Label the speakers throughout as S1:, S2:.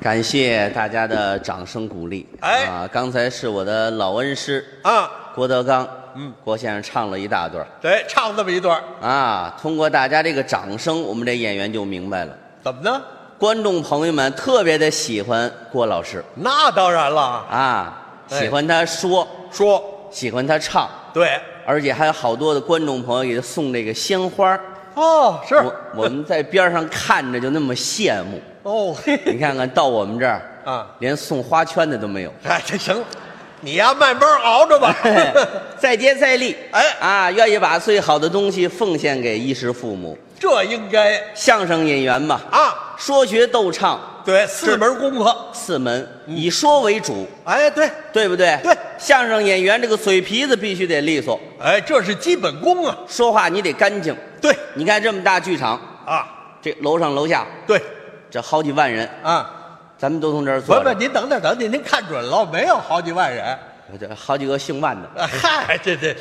S1: 感谢大家的掌声鼓励。
S2: 哎
S1: 啊，刚才是我的老恩师
S2: 啊，
S1: 郭德纲，嗯，郭先生唱了一大段儿
S2: 对，唱这么一段儿，
S1: 啊。通过大家这个掌声，我们这演员就明白了，
S2: 怎么呢？
S1: 观众朋友们特别的喜欢郭老师
S2: 那当然了，
S1: 啊，
S2: 哎
S1: 喜欢他说，
S2: 说
S1: 喜欢他唱，
S2: 对，
S1: 而且还有好多的观众朋友给他送这个鲜花儿
S2: 哦，是
S1: 我我们在边上看着就那么羡慕。
S2: 哦， 嘿
S1: 你看看到我们这儿，
S2: 啊，
S1: 连送花圈的都没有。
S2: 哎，这行了，你呀慢慢熬着吧。
S1: 再接再厉，
S2: 哎
S1: 啊，愿意把最好的东西奉献给衣食父母。
S2: 这应该
S1: 相声演员嘛，
S2: 啊，
S1: 说学逗唱
S2: 对，四门功课，
S1: 四门，以说为主，
S2: 哎，对，
S1: 对不对？
S2: 嗯对
S1: 相声演员这个嘴皮子必须得利索，
S2: 哎，这是基本功啊，
S1: 说话你得干净。
S2: 对
S1: 你看这么大剧场，
S2: 啊，
S1: 这楼上楼下
S2: 对
S1: 这好几万人，
S2: 啊，
S1: 咱们都从这儿
S2: 不
S1: 坐
S2: 不，
S1: 着，
S2: 您等等等等，您看准了，没有好几万人，哎
S1: 这好几个姓万的，
S2: 嗨，哎这这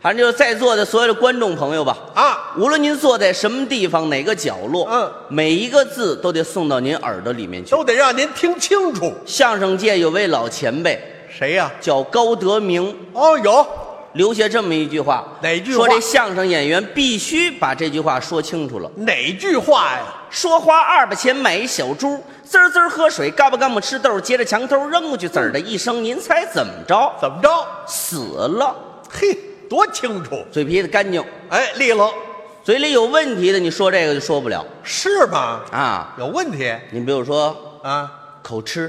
S1: 反正就是在座的所有的观众朋友吧。
S2: 啊，
S1: 无论您坐在什么地方，哪个角落，
S2: 嗯，
S1: 每一个字都得送到您耳朵里面去。
S2: 都得让您听清楚，
S1: 相声界有位老前辈
S2: 谁呀？
S1: 叫高德明，
S2: 哦，有
S1: 留下这么一句话，
S2: 哪句
S1: 说
S2: 话
S1: 这相声演员必须把这句话说清楚了。
S2: 哪句话呀？
S1: 说花二百钱买一小猪，滋儿滋儿喝水，嘎巴嘎巴吃豆，接着墙头扔过去，滋儿的一声，您猜怎么着？
S2: 怎么着？
S1: 死了，
S2: 嘿，多清楚，
S1: 嘴皮子干净，
S2: 哎，利落，
S1: 嘴里有问题的，你说这个就说不了
S2: 是吗？
S1: 啊。
S2: 有问题
S1: 你比如说
S2: 啊？
S1: 口吃、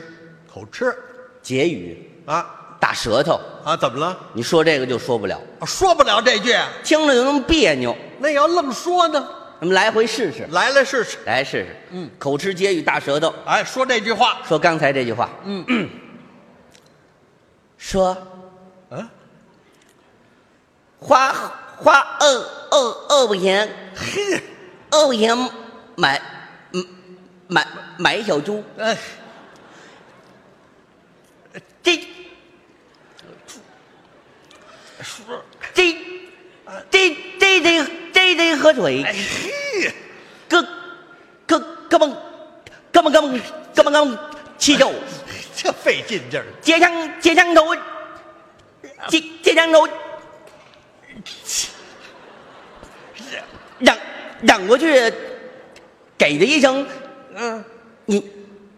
S2: 口吃
S1: 结语、
S2: 啊
S1: 大舌头，
S2: 啊？怎么了？
S1: 你说这个就说不了，
S2: 啊说不了这句，
S1: 听着就那么别扭。
S2: 那要愣说呢？
S1: 咱们来回试试。
S2: 来了试试。
S1: 来试试。
S2: 嗯，
S1: 口吃结语大舌头，
S2: 哎，说这句话，
S1: 说刚才这句话。嗯， 说
S2: 嗯，
S1: 花花二二二百钱，
S2: 嘿，
S1: 二百钱买嗯买买一小猪，
S2: 哎，
S1: 这
S2: 说，
S1: 这这这得这得喝水，
S2: 哎嘿，
S1: 咯咯咯嘣，咯嘣咯嘣咯嘣咯嘣气肉，
S2: 这费劲劲儿，
S1: 接枪接枪头，接接枪头
S2: 这
S1: 嚷嚷过去，给的一声，
S2: 嗯，
S1: 你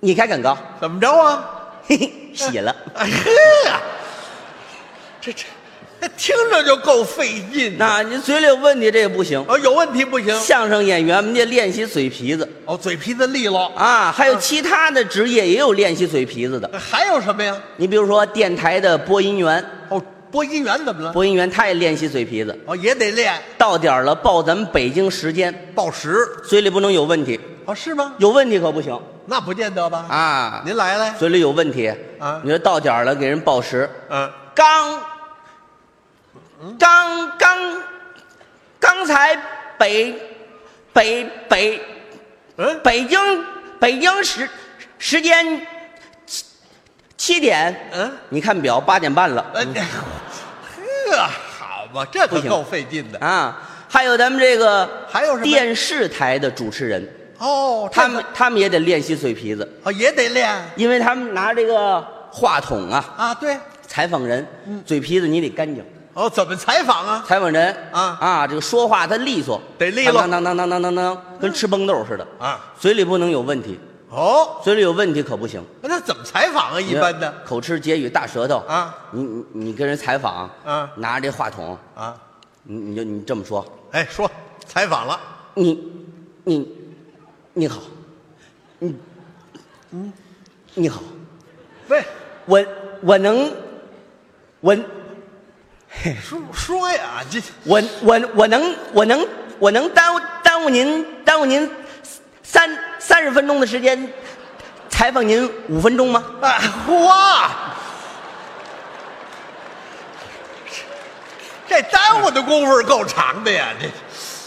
S1: 你开广告，
S2: 怎么着啊？
S1: 嘿嘿，写了。
S2: 哎呵，这这，这听着就够费劲的。
S1: 那你嘴里有问题，这也不行。
S2: 哦，有问题不行。
S1: 相声演员们得练习嘴皮子
S2: 哦，嘴皮子利落啊，
S1: 啊，还有其他的职业也有练习嘴皮子的。
S2: 还有什么呀？
S1: 你比如说电台的播音员，
S2: 哦，播音员怎么了？
S1: 播音员他也练习嘴皮子。
S2: 哦，也得练
S1: 到点儿了，报咱们北京时间，
S2: 报时。
S1: 嘴里不能有问题，
S2: 哦，是吗？
S1: 有问题可不行
S2: 那不见得吧？
S1: 啊！
S2: 您来来，
S1: 嘴里有问题
S2: 啊
S1: 你说到点儿了给人报时，
S2: 嗯，
S1: 刚，刚刚，刚才北北北
S2: 嗯，
S1: 北京北京时时间七七点，
S2: 嗯，
S1: 你看表八点半了
S2: 呃，这呵，好嘛，这可够费劲的。
S1: 啊！还有咱们这个
S2: 还有什么
S1: 电视台的主持人，
S2: 哦，
S1: 他们他们也得练习嘴皮子，
S2: 哦也得练
S1: 因为他们拿这个话筒啊
S2: 啊，对。
S1: 采访人，嘴皮子你得干净。
S2: 哦，怎么采访啊？
S1: 采访人
S2: 啊
S1: 啊，这个说话他利索，
S2: 得利落
S1: 当当当当当当当，跟吃崩豆似的
S2: 啊，
S1: 嘴里不能有问题，
S2: 哦，
S1: 嘴里有问题可不行。
S2: 那怎么采访啊？一般的
S1: 口吃结语大舌头
S2: 啊，
S1: 你你你跟人采访
S2: 啊
S1: 拿着这话筒，
S2: 啊，
S1: 你你就你这么说，
S2: 哎，说采访了，
S1: 你你你好，你嗯你好，
S2: 喂，
S1: 我我能我
S2: 说说呀，这
S1: 我我我能我能我能耽误耽误您耽误您三三十分钟的时间，采访您五分钟吗？
S2: 哎哇，这耽误的功夫够长的呀，这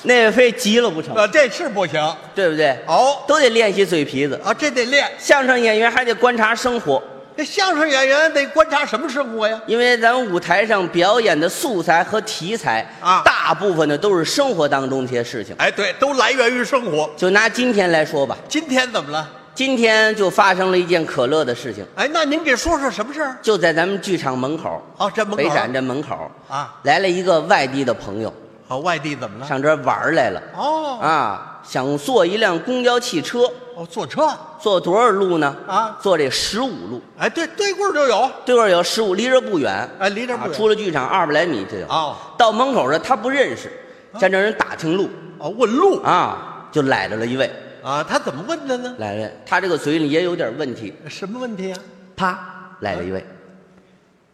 S1: 那也非急了不成？
S2: 啊这是不行
S1: 对不对？
S2: 哦
S1: 都得练习嘴皮子。
S2: 啊，这得练。
S1: 相声演员还得观察生活，
S2: 这相声演员得观察什么生活呀？
S1: 因为咱们舞台上表演的素材和题材
S2: 啊
S1: 大部分呢都是生活当中这些事情。
S2: 哎，对，都来源于生活。
S1: 就拿今天来说吧，
S2: 今天怎么了？
S1: 今天就发生了一件可乐的事情，
S2: 哎，那您给说说什么事儿？
S1: 就在咱们剧场门口，
S2: 哦这门口
S1: 北展这门口
S2: 啊，
S1: 来了一个外地的朋友，
S2: 哦，外地怎么了？
S1: 上这儿玩儿来了，
S2: 哦
S1: 啊，想坐一辆公交汽车，
S2: 哦，坐车。
S1: 坐多少路呢？
S2: 啊
S1: 坐这十五路，
S2: 哎，对，对过儿就有。
S1: 对面有十五，离这儿不远，
S2: 哎离这儿不远
S1: 啊出了剧场二百来米就有。
S2: 哦
S1: 到门口这他不认识，
S2: 啊
S1: 站这儿人打听路
S2: 哦，问路
S1: 啊，就来着了一位，
S2: 啊，他怎么问的呢？
S1: 来了，他这个嘴里也有点问题，
S2: 什么问题啊？
S1: 啪，来了一
S2: 啊
S1: 位，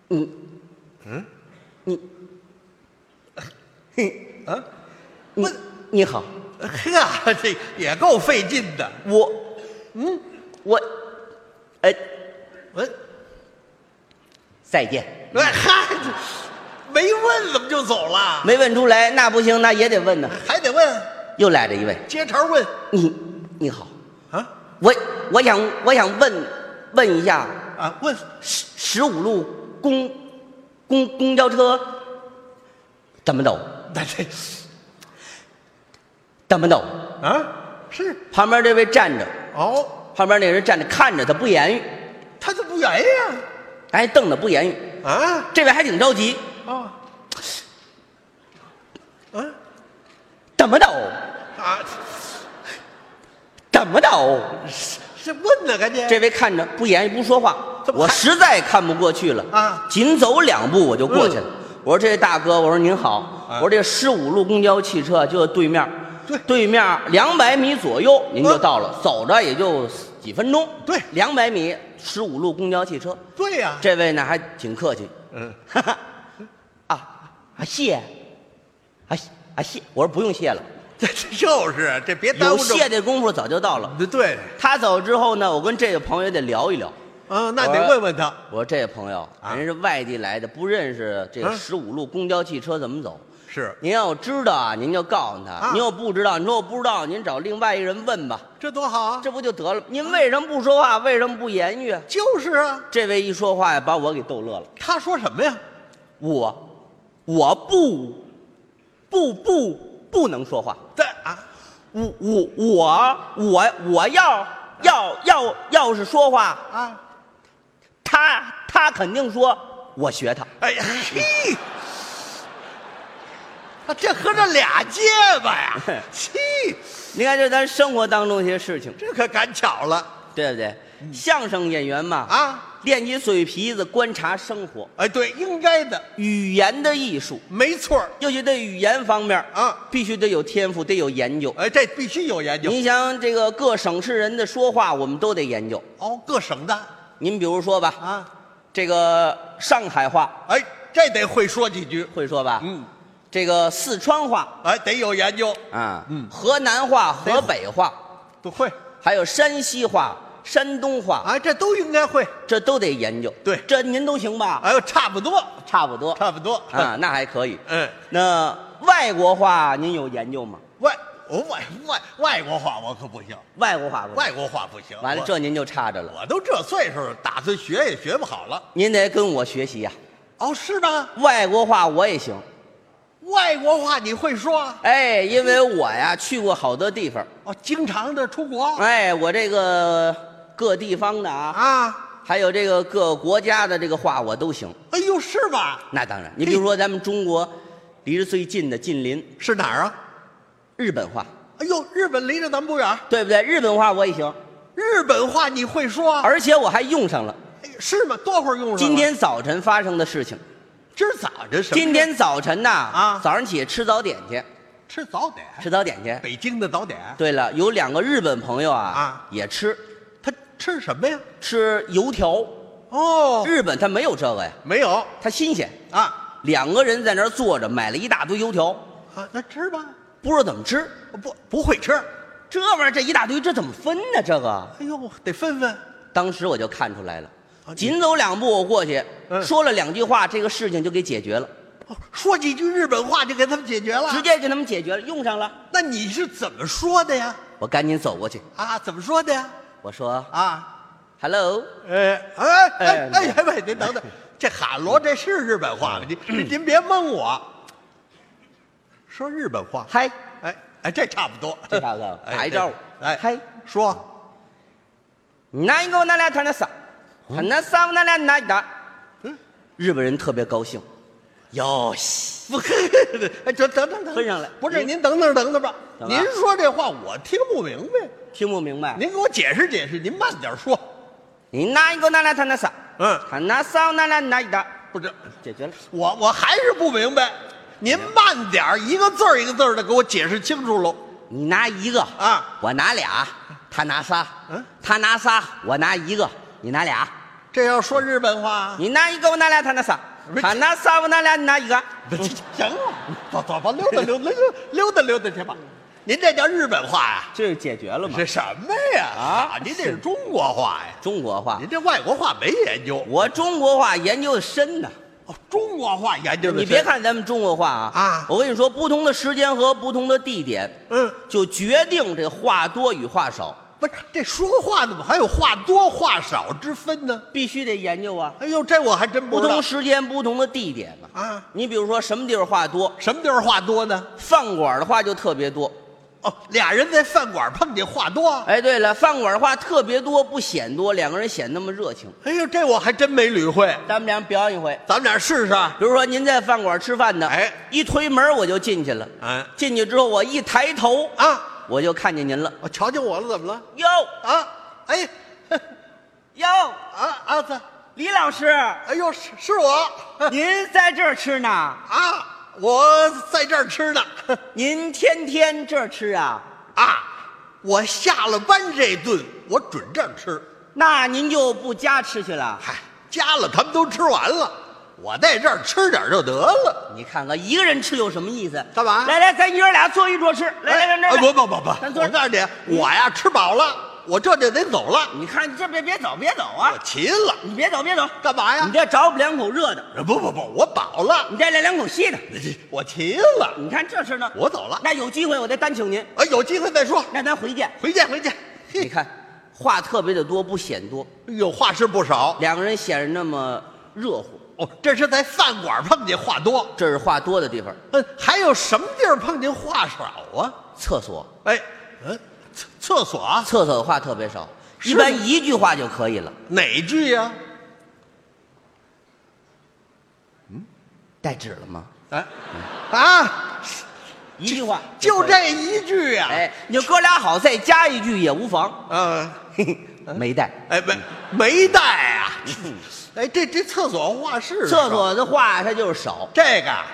S1: 你，嗯，你，
S2: 啊，
S1: 你你好，
S2: 呵，啊这也够费劲的。
S1: 我，
S2: 嗯，
S1: 我，哎，
S2: 问，
S1: 再见，
S2: 哎嗨，这没问怎么就走了？
S1: 没问出来那不行，那也得问呢，
S2: 还得问，
S1: 又来了一位，
S2: 接茬问
S1: 你你好，
S2: 啊
S1: 我我想我想问问一下，
S2: 啊，问
S1: 十十五路公公公交车怎么走？
S2: 那这
S1: 怎么走？
S2: 啊是
S1: 旁边这位站着，
S2: 哦，
S1: 旁边那人站着看着他不言语，
S2: 他就不愿意
S1: 哎，瞪着不言语。
S2: 啊啊
S1: 这位还挺着急，
S2: 哦啊
S1: 怎么走？
S2: 啊，
S1: 怎么走？
S2: 是问呢，赶紧
S1: 这位看着不言语不说话
S2: 怎，么
S1: 我
S2: 还
S1: 实在看不过去了
S2: 啊嗯
S1: 紧走两步我就过去了。我说这位大哥，我说您好，
S2: 啊
S1: 我说这十五路公交汽车就对面，
S2: 对
S1: 面两百米左右您就
S2: 啊
S1: 到了，走着也就几分钟。
S2: 对
S1: 两百米，十五路公交汽车。
S2: 对呀，
S1: 这位呢还挺客 气，
S2: 嗯
S1: 哈哈，啊啊谢，啊啊谢，我说不用谢了，
S2: 这这就是这别耽
S1: 有
S2: 误这
S1: 谢这功夫早就到了。
S2: 对对
S1: 他走之后呢，我跟这个朋友也得聊一聊。
S2: 啊，那
S1: 我
S2: 得问问他
S1: 我说这朋友，
S2: 啊
S1: 人是外地来的，不认识这个
S2: 嗯
S1: 十五路公交汽车怎么走。
S2: 是
S1: 您要知道啊，您就告诉他；
S2: 啊
S1: 您要不知道，你说我不知道，您找另外一人问吧，
S2: 这多好啊，
S1: 这不就得了？您为什么不说话？为什么不言语啊？
S2: 就是啊，
S1: 这位一说话呀，把我给逗乐了。
S2: 他说什么呀？
S1: 我，我不，不不不能说话。
S2: 对啊，
S1: 我我我我我要要要要是说话，
S2: 啊，
S1: 他他肯定说我学他。
S2: 哎呀嘿，啊这合着俩结巴呀，气，
S1: 你看，这咱生活当中一些事情，
S2: 这可赶巧了
S1: 对不对？相声演员嘛，
S2: 啊！
S1: 练起嘴皮子观察生活，
S2: 哎，对，应该的，
S1: 语言的艺术，
S2: 没错儿
S1: 尤其对语言方面
S2: 啊，
S1: 必须得有天赋，得有研究。
S2: 哎，这必须有研究
S1: 你想，这个各省市人的说话，我们都得研究。
S2: 哦，各省的
S1: 您比如说吧，
S2: 啊，
S1: 这个上海话
S2: 哎，这得会说几句，
S1: 会说吧，
S2: 嗯，
S1: 这个四川话
S2: 哎，得有研究，
S1: 啊，
S2: 嗯
S1: 河南话、
S2: 得
S1: 河北话，
S2: 都会，
S1: 还有山西话、山东话，
S2: 哎，这都应该会，
S1: 这都得研究。
S2: 对
S1: 这您都行吧？
S2: 哎呦，差不多，
S1: 差不多。
S2: 差不多，
S1: 啊，那还可以。
S2: 嗯，
S1: 那外国话您有研究吗？
S2: 外我外外外国话我可不行，
S1: 外国话不
S2: 外国话不行。
S1: 完了，
S2: 我
S1: 这您就差着了。
S2: 我都这岁数，打算学也学不好了。
S1: 您得跟我学习呀、
S2: 哦，是吗？
S1: 外国话我也行，
S2: 外国话你会说啊？
S1: 哎，因为我呀去过好多地方，
S2: 哦，经常的出国
S1: 哎，我这个各地方的啊，
S2: 啊？
S1: 还有这个各国家的这个话我都行。
S2: 哎呦，是吧？
S1: 那当然，你比如说咱们中国离着最近的近邻
S2: 是哪儿啊？
S1: 日本话，
S2: 哎呦，日本离着咱们不远，
S1: 对不对？日本话我也行，
S2: 日本话你会说啊？
S1: 而且我还用上了。
S2: 哎是吗？多会儿用上了？
S1: 今天早晨发生的事情。
S2: 今儿早晨什么？
S1: 今天早晨呐，
S2: 啊
S1: 早上起吃早点去，
S2: 吃早点，
S1: 吃早点去。
S2: 北京的早点。
S1: 对了，有两个日本朋友啊，
S2: 啊
S1: 也吃
S2: 他吃什么呀？
S1: 吃油条，
S2: 哦，
S1: 日本他没有这个呀，
S2: 没有
S1: 他新鲜。
S2: 啊
S1: 两个人在那儿坐着，买了一大堆油条，
S2: 啊，那吃吧。哦
S1: 不知道怎么吃。
S2: 不不会吃。
S1: 这玩意儿这一大堆，这怎么分呢？这个，
S2: 哎呦，得分分。
S1: 当时我就看出来了。
S2: 啊你
S1: 紧走两步，我过去、
S2: 嗯
S1: 说了两句话，这个事情就给解决了，
S2: 哦说几句日本话就给他们解决了。
S1: 直接给他们解决了，用上了。
S2: 那你是怎么说的呀？
S1: 我赶紧走过去，
S2: 啊，怎么说的呀？
S1: 我说
S2: 啊，
S1: ：“Hello，
S2: 呃，哎哎
S1: 哎
S2: 哎哎喂，您等等，这喊罗这是日本 话吗？您您您别蒙我，说日本话，
S1: 嗨，
S2: 哎哎，这差不多，
S1: 这差不多
S2: 哎
S1: 打一招呼
S2: 哎，
S1: 嗨，
S2: 说，
S1: 哪一个那俩他那啥，
S2: 嗯
S1: 他那啥那俩哪的？日本人特别高兴，哟西，
S2: 不，哎，这等等等，
S1: 跟上来
S2: 不是您等等等等吧？啊
S1: 怎么
S2: 您
S1: 了
S2: 说这话我听不明白，
S1: 听不明白。
S2: 您给我解释解释，您慢点说。
S1: 你哪一个那俩他那啥？
S2: 嗯
S1: 他那啥那俩哪的？
S2: 不是，
S1: 解决了。
S2: 我我还是不明白，您慢点儿一个字儿一个字儿的给我解释清楚喽。
S1: 你拿一个
S2: 啊，
S1: 我拿俩，他拿仨，
S2: 嗯
S1: 他拿仨，我拿一个，你拿俩，
S2: 这要说日本 话，
S1: 你拿一个，我拿俩，他拿仨
S2: 不，是
S1: 他拿仨，我拿俩，你拿一个。
S2: 这行了，走走吧，溜达溜达溜达溜达溜达去吧。您这叫日本话呀？
S1: 这是解决了吗
S2: 这？什么呀？啊，您这是中国话呀？
S1: 中国话，
S2: 您这外国话没研究，
S1: 我中国话研究的深呢。
S2: 哦，中国话研究的。
S1: 你别，看咱们中国话啊，
S2: 啊
S1: 我跟你说，不同的时间和不同的地点，
S2: 嗯，
S1: 就决定这话多与话少，
S2: 不是这说话怎么还有话多话少之分呢？
S1: 必须得研究啊。
S2: 哎呦，这我还真
S1: 不
S2: 不知道
S1: 同。时间、不同的地点嘛。
S2: 啊，
S1: 你比如说什么地方话多，
S2: 什么地方话多呢？
S1: 饭馆的话就特别多。
S2: 哦，俩人在饭馆碰见话多啊。
S1: 哎，对了，饭馆话特别多，不显多，两个人显那么热情。
S2: 哎呦，这我还真没捋会，
S1: 咱们俩表演一回，
S2: 咱们俩试试啊。
S1: 比如说您在饭馆吃饭呢，
S2: 哎，
S1: 一推门我就进去了，
S2: 哎
S1: 进去之后我一抬头，
S2: 啊，
S1: 我就看见您了，
S2: 我哦瞧见我了，怎么了？
S1: 哟
S2: 啊，哎，
S1: 哟，
S2: 啊啊子，
S1: 李老 师，
S2: 哎呦，是是我
S1: 您在这儿吃呢？
S2: 啊，我在这儿吃呢。
S1: 您天天这儿吃啊？
S2: 啊，我下了班这顿我准这儿吃。
S1: 那您就不家吃去了？
S2: 嗨，加了他们都吃完了，我在这儿吃点儿就得了。
S1: 你看看一个人吃有什么意思？
S2: 干嘛
S1: 来来，咱爷儿俩坐一桌吃。来来来来
S2: 哎
S1: 来，
S2: 不不不不，
S1: 咱坐
S2: 我告诉你，我呀吃饱了，我这就得走了，
S1: 你看，你这别别走，别走啊
S2: 我！勤了，
S1: 你别走，别走，
S2: 干嘛呀
S1: 你？这找不两口热的，
S2: 不不不，我饱了，
S1: 你再来两口稀的。
S2: 我勤了，
S1: 你看这事呢，
S2: 我走了。
S1: 那有机会我再单请您，
S2: 哎，有机会再说。
S1: 那咱回见。
S2: 回见回见。
S1: 你
S2: 嘿，
S1: 看，话特别的多，不显多，
S2: 有话是不少
S1: 两个人显得那么热乎，
S2: 哦，这是在饭馆碰见话多。
S1: 这是话多的地方。
S2: 嗯，还有什么地儿碰见话少啊？
S1: 厕所，
S2: 哎，嗯，厕厕所啊，
S1: 厕所的话特别少，
S2: 是
S1: 一般一句话就可以了。
S2: 哪句呀、
S1: 带纸了吗？
S2: 哎，啊，
S1: 一句话
S2: 就
S1: 可以了。
S2: 这一句啊呀、
S1: 哎，你就哥俩好，再加一句也无妨。
S2: 嗯，
S1: 嘿嘿，没带。
S2: 哎，没没带啊。哎，这这厕所话是
S1: 嗯厕
S2: 少
S1: 所的话它就是少，
S2: 这个啊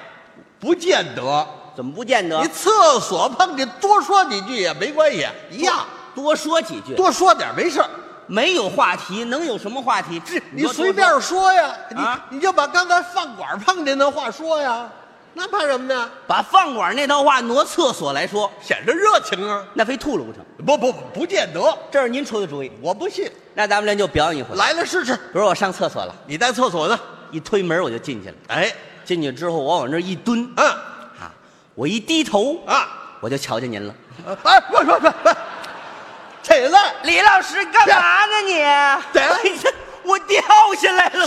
S2: 不见得，
S1: 怎么不见得
S2: 你？厕所碰见多说几句也没关系，啊一样，
S1: 多说几句，
S2: 多说点儿没事儿。没
S1: 有话题能有什么话题？这
S2: 你随便说呀，
S1: 啊
S2: 你你就把刚才饭馆碰见的话说呀，那怕什么呢？
S1: 把饭馆那套话挪厕所来说，
S2: 显着热情啊！
S1: 那非吐了不成？
S2: 不不不，不见得，
S1: 这是您出的主意，
S2: 我不信。
S1: 那咱们俩就表演一回。，
S2: 来了试试。
S1: 比如我上厕所了，
S2: 你在厕所呢？
S1: 一推门我就进去了，
S2: 哎，
S1: 进去之后我往那儿一蹲，
S2: 嗯
S1: 啊，我一低头，
S2: 啊，
S1: 我就瞧见您了。
S2: 哎，不不不不，起来！
S1: 李老师干嘛呢 你？
S2: 等
S1: 一下，我掉下来了，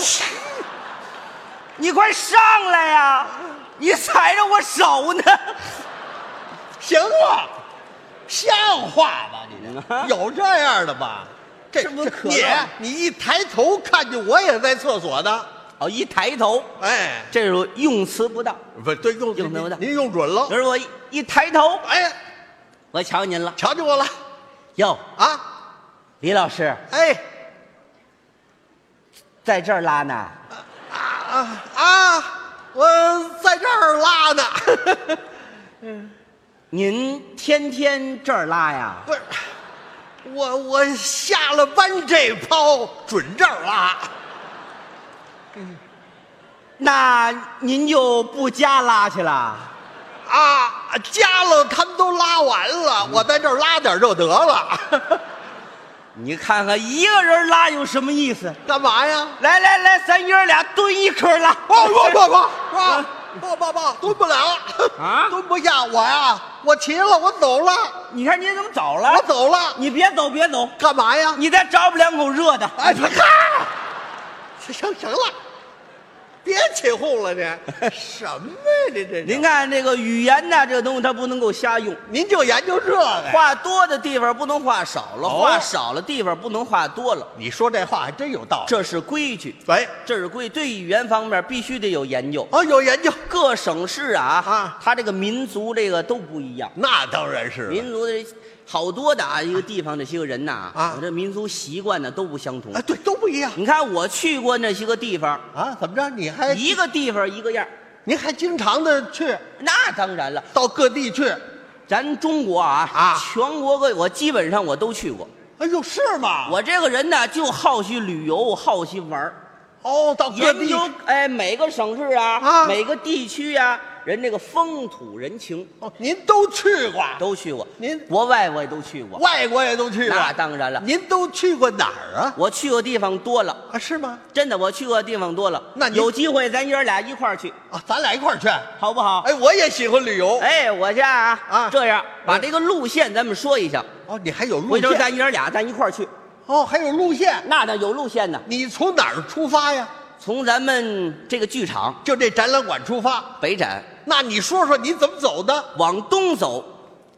S1: 你快上来呀、你踩着我手 呢。
S2: 行了，像话吗？你
S1: 嗯
S2: 这
S1: 啊
S2: 有这样的吗？这
S1: 这不
S2: 这
S1: 可
S2: 你
S1: 乐
S2: 你一抬头看见我也在厕所呢，
S1: 哦，一抬头，
S2: 哎，
S1: 这时候用词不当。
S2: 不对，用
S1: 用得不当
S2: 您用准了
S1: 比。如我一一抬头，
S2: 哎，
S1: 我瞧您了，
S2: 瞧见我了
S1: 哟，
S2: 啊！
S1: 李老师
S2: 哎，
S1: 在这儿拉呢。
S2: 啊啊！我在这儿拉呢，
S1: 您天天这儿拉呀？
S2: 不是，我我下了班这抛准这儿拉，
S1: 那您就不加拉去了？
S2: 啊，加了他们都拉完了，我在这儿拉点儿就得了，
S1: 你看看一个人拉有什么意思？
S2: 干嘛呀？
S1: 来来来，咱爷儿俩蹲一颗拉。
S2: 不不不不啊！不不不，蹲不了
S1: 啊
S2: 蹲不下我呀！我齐了，我走了，
S1: 你看您怎么走
S2: 我
S1: 了？
S2: 走了，
S1: 你别走，别走，
S2: 干嘛呀？哎
S1: 你再找不两口热的。
S2: 哎，他哈，行行了，别起哄了你，什么呀你这？
S1: 您，看这个语言呐，这个东西它不能够瞎用，
S2: 您就研究这个呀？
S1: 话多的地方不能话少了，
S2: 哎哦
S1: 话少了地方不能话多了，
S2: 你说这话还真有道理。
S1: 这是规矩，
S2: 喂，
S1: 这是规。对语言方面必须得有研究，
S2: 哦，有研究，
S1: 各省市啊，
S2: 啊
S1: 它这个民族这个都不一样，
S2: 那当然是了
S1: 民族的这好多的啊，一个地方这些个人呐，
S2: 啊
S1: 我这民族习惯呢都不相同
S2: 啊，。对，都不一样
S1: 你看我去过那些个地方，
S2: 啊。怎么着？你还
S1: 一个地方一个样儿
S2: 您还经常的去
S1: 那当然了，
S2: 到各地去？
S1: 咱中国啊
S2: 啊
S1: 全国各我基本上我都去过。
S2: 哎呦，是吗？
S1: 我这个人呢，就好去旅游，好去玩儿，
S2: 哦，到各
S1: 研
S2: 地
S1: 究哎每个省市啊，
S2: 啊
S1: 每个地区呀、人这个风土人情
S2: 哦，您都去过，
S1: 都去过。
S2: 您
S1: 国外我也都去过，
S2: 外国也都去过。啊
S1: 那当然了，
S2: 您都去过哪儿啊？
S1: 我去过地方多了，
S2: 啊，是吗？
S1: 真的我去过地方多了。
S2: 那您
S1: 有机会咱爷儿俩一块儿去，
S2: 啊，咱俩一块儿去。
S1: 好不好？
S2: 哎，我也喜欢旅游。
S1: 哦哎，我家啊
S2: 啊
S1: 这样把
S2: 嗯
S1: 这个路线咱们说一下，
S2: 哦，你还有路
S1: 回头
S2: 线？
S1: 咱爷儿俩咱一块儿去。
S2: 哦，还有路线。
S1: 那倒有路线呢，
S2: 你从哪儿出发呀？
S1: 从咱们这个剧场
S2: 就这展览馆出发。
S1: 北展
S2: 那你说说你怎么走的？
S1: 往东走，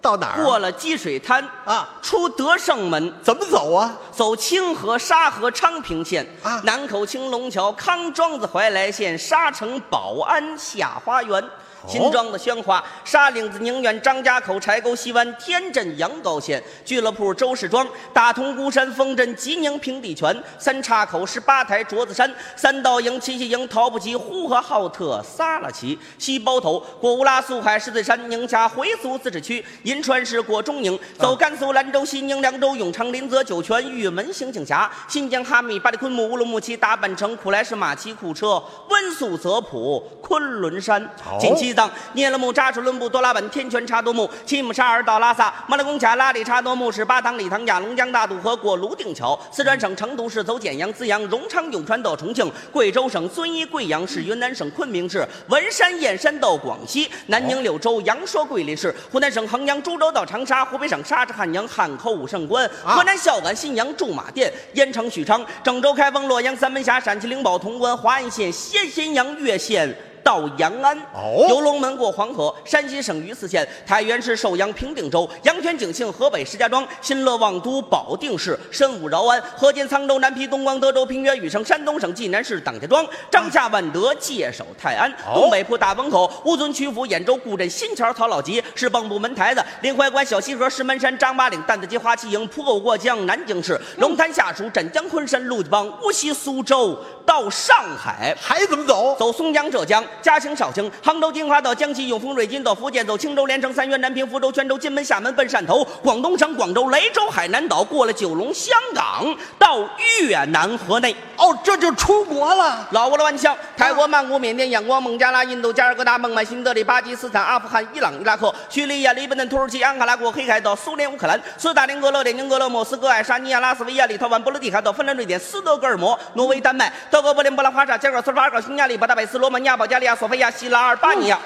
S2: 到哪儿啊？
S1: 过了积水滩
S2: 啊，
S1: 出德胜门，
S2: 怎么走啊？
S1: 走清河、沙河、昌平县
S2: 啊
S1: 南口、青龙桥、康庄子、怀来县、沙城、宝安、下花园、
S2: 哦
S1: 新庄子、宣化、沙岭子、宁远、张家口、柴沟、西湾、天镇、阳高县、俱乐部、周市庄、大同、孤山、丰镇、吉宁、平底泉、三岔口、十八台、卓子山、三道营、七夕营、陶不齐、呼和浩特、撒拉齐、西包头、果乌拉、素海、石嘴山、宁夏、回族自治区、银川市、果中宁、走甘肃兰州、西宁、凉州、永昌、临泽、酒泉、玉门、刑警峡、新疆哈密、巴里坤木、乌鲁木齐、达坂城、库莱市、马齐、库车、温宿、泽普、昆仑山、
S2: 哦
S1: 近西藏、聂勒木、扎什伦布、多拉本、天泉、查多木、齐姆沙尔到拉萨、马拉贡卡、拉里查多木、是巴塘、理塘、雅龙江、大渡河、过泸定桥、四川省成都市、走简阳、资阳、荣昌、永川到重庆、贵州省遵义、贵阳市、云南省昆明市、文山、燕山到广西、南宁、柳州、阳朔、桂林市、湖南省衡阳、株洲到长沙、湖北省沙市、汉阳、汉口、武胜关、
S2: 啊
S1: 河南孝感、信阳、驻马店、燕城、许昌、郑州、开封、洛阳、三门峡、陕西灵宝、潼关、华安县、先咸阳、岳县。到阳安
S2: 哦
S1: 游龙门过黄河，山西省榆次县、太原市寿阳、平顶州、阳泉、景庆、河北石家庄、新乐、望都、保定市、申武、饶安、河间、沧州、南皮、东光、德州、平原、禹城、山东省济南市党家庄、张夏、万德、界首、泰安、
S2: 哦
S1: 东北铺、大崩口、乌尊、曲阜、兖州、固镇、新桥、曹老集、市蚌埠、门台子、临淮关、小西河、石门山、张八岭、担子街、花旗营、浦口过江、南京市、龙潭下属、镇江、昆山、陆家浜、无锡、苏州到上海。
S2: 还怎么走？
S1: 走松江、浙江、嘉兴、绍兴、杭州、金华到江西、永丰、瑞金到福建，走青州、连城、三原、南平、福州、泉州、金门、厦门奔汕头，广东省广州、雷州、海南岛，过了九龙、香港到越南河内。
S2: 哦，这就出国了。
S1: 老挝的湾乡、泰国曼谷、缅甸仰光、孟加拉、印度、加尔各答、孟买、新德里、巴基斯坦、阿富汗、伊朗、伊拉克、叙利亚、黎巴嫩、土耳其、安卡拉过黑海到苏联、乌克兰、斯大林格勒、列宁格勒、莫斯科、爱沙尼亚、拉斯维亚、立陶宛、波罗的海到芬兰、瑞典、斯德哥尔摩、挪威、丹麦、德国柏林、布拉法沙、捷克斯洛伐克、匈牙利、巴达佩斯、罗马尼亚、保加利亚、索菲亚、希腊、阿尔巴尼亚。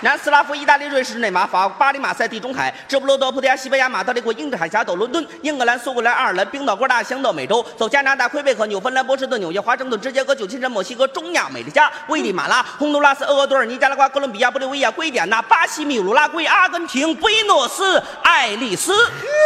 S1: 南斯拉夫、意大利、瑞士、内马、法、巴黎、马赛、地中海、直布罗陀、葡萄牙、西班牙、马德里国、英海峡到伦敦、英格兰、苏格兰、爱尔兰、冰岛、哥大西洋到美洲，走加拿大、魁北克、纽芬兰、波士顿、纽约、华盛顿、芝加哥、旧金山、墨西哥、中亚、美利加、危地马拉、洪都拉斯、厄瓜多尔、尼加拉瓜、哥伦比亚、玻利维亚、圭亚那、巴西、秘鲁、拉圭、阿根廷、布宜诺斯艾利斯。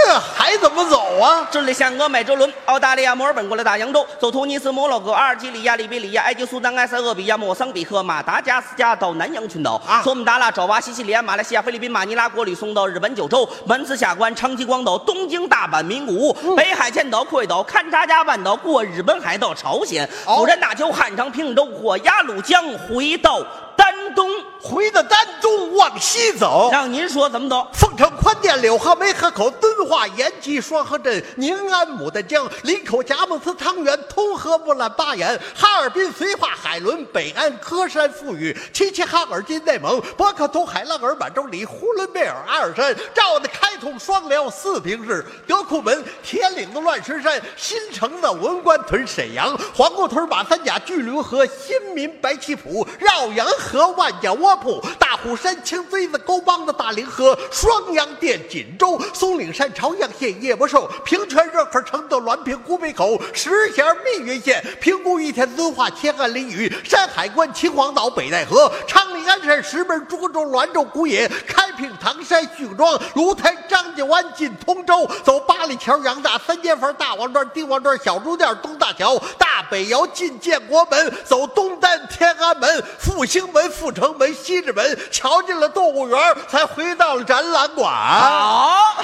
S2: 这还怎么走啊？
S1: 智利、香格美洲轮、澳大利亚墨尔本过来大洋洲，走突尼斯、摩洛哥、阿尔及利亚、利比里亚、埃及、苏丹、埃塞俄比亚、莫桑比克、马达加斯加到南洋群岛，
S2: 啊
S1: 索姆达拉、爪哇、西西里、马来西亚、菲律宾、马尼拉、国吕宋到日本九州、门司下关、长崎关岛、东京、大阪、名古屋、北海舰岛、库页岛、勘察加半岛，过日本海到朝鲜、
S2: 哦
S1: 釜山大邱、汉城、平州、过鸭绿江，回到丹东。
S2: 回到丹东往西走，
S1: 让您说怎么走？
S2: 凤城、宽甸、柳河、梅河口、敦化、延吉、双河镇、宁安、牡丹江、林口、佳木斯、汤原、通河、木兰、巴彦、哈尔滨、绥化、海伦、北安、喀山、富裕、齐齐哈尔、金内蒙、博克通、海拉尔、满洲里、呼伦贝尔、阿尔山、肇的开通、双辽、四平市、德库门、铁岭子、乱石山、新城的文官屯、沈阳、皇后屯、马三甲、巨驴河、新民白旗浦、绕阳河、万家窝铺、大虎山、青锥子、沟帮子、大凌河、双阳店、锦州、松岭山、朝阳县、夜不寿、平泉、热河、承德、滦平、古北口、石县、密云县、平谷、玉田、遵化、天安、临榆、山海关、秦皇岛、北戴河、昌黎、鞍山、石门、涿州、滦州、古冶、开平、唐山、许庄、芦台、张家湾、进通州，走八里桥、杨大、三间房、大王庄、丁王庄、小猪店、东大桥、大北窑、进建国门，走东单、天安门、复兴门、阜成门、西直门，瞧见了动物园，才回到了展览馆。
S1: 好，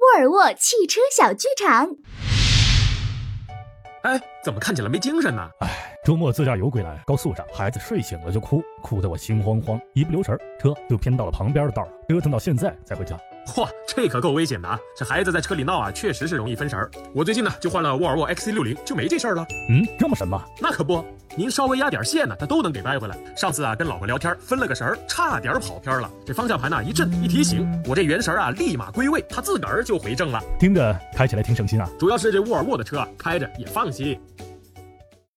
S3: 沃尔沃汽车小剧场。
S4: 哎，怎么看起来没精神呢？啊
S5: 周末自驾游归来，高速上孩子睡醒了就哭，哭得我心慌慌，一不留神儿车就偏到了旁边的道儿，折腾到现在才回家。
S4: 嚯，这可够危险的啊！这孩子在车里闹啊，确实是容易分神儿。我最近呢就换了沃尔沃 XC60，就没这事儿了。
S5: 嗯，这么神吗？
S4: 那可不，您稍微压点线呢，它都能给掰回来。上次啊跟老婆聊天，分了个神儿，差点跑偏了。这方向盘呢一震一提醒，我这原神儿啊立马归位，它自个儿就回正了。
S5: 听着开起来挺省心啊。
S4: 主要是这沃尔沃的车啊，开着也放心。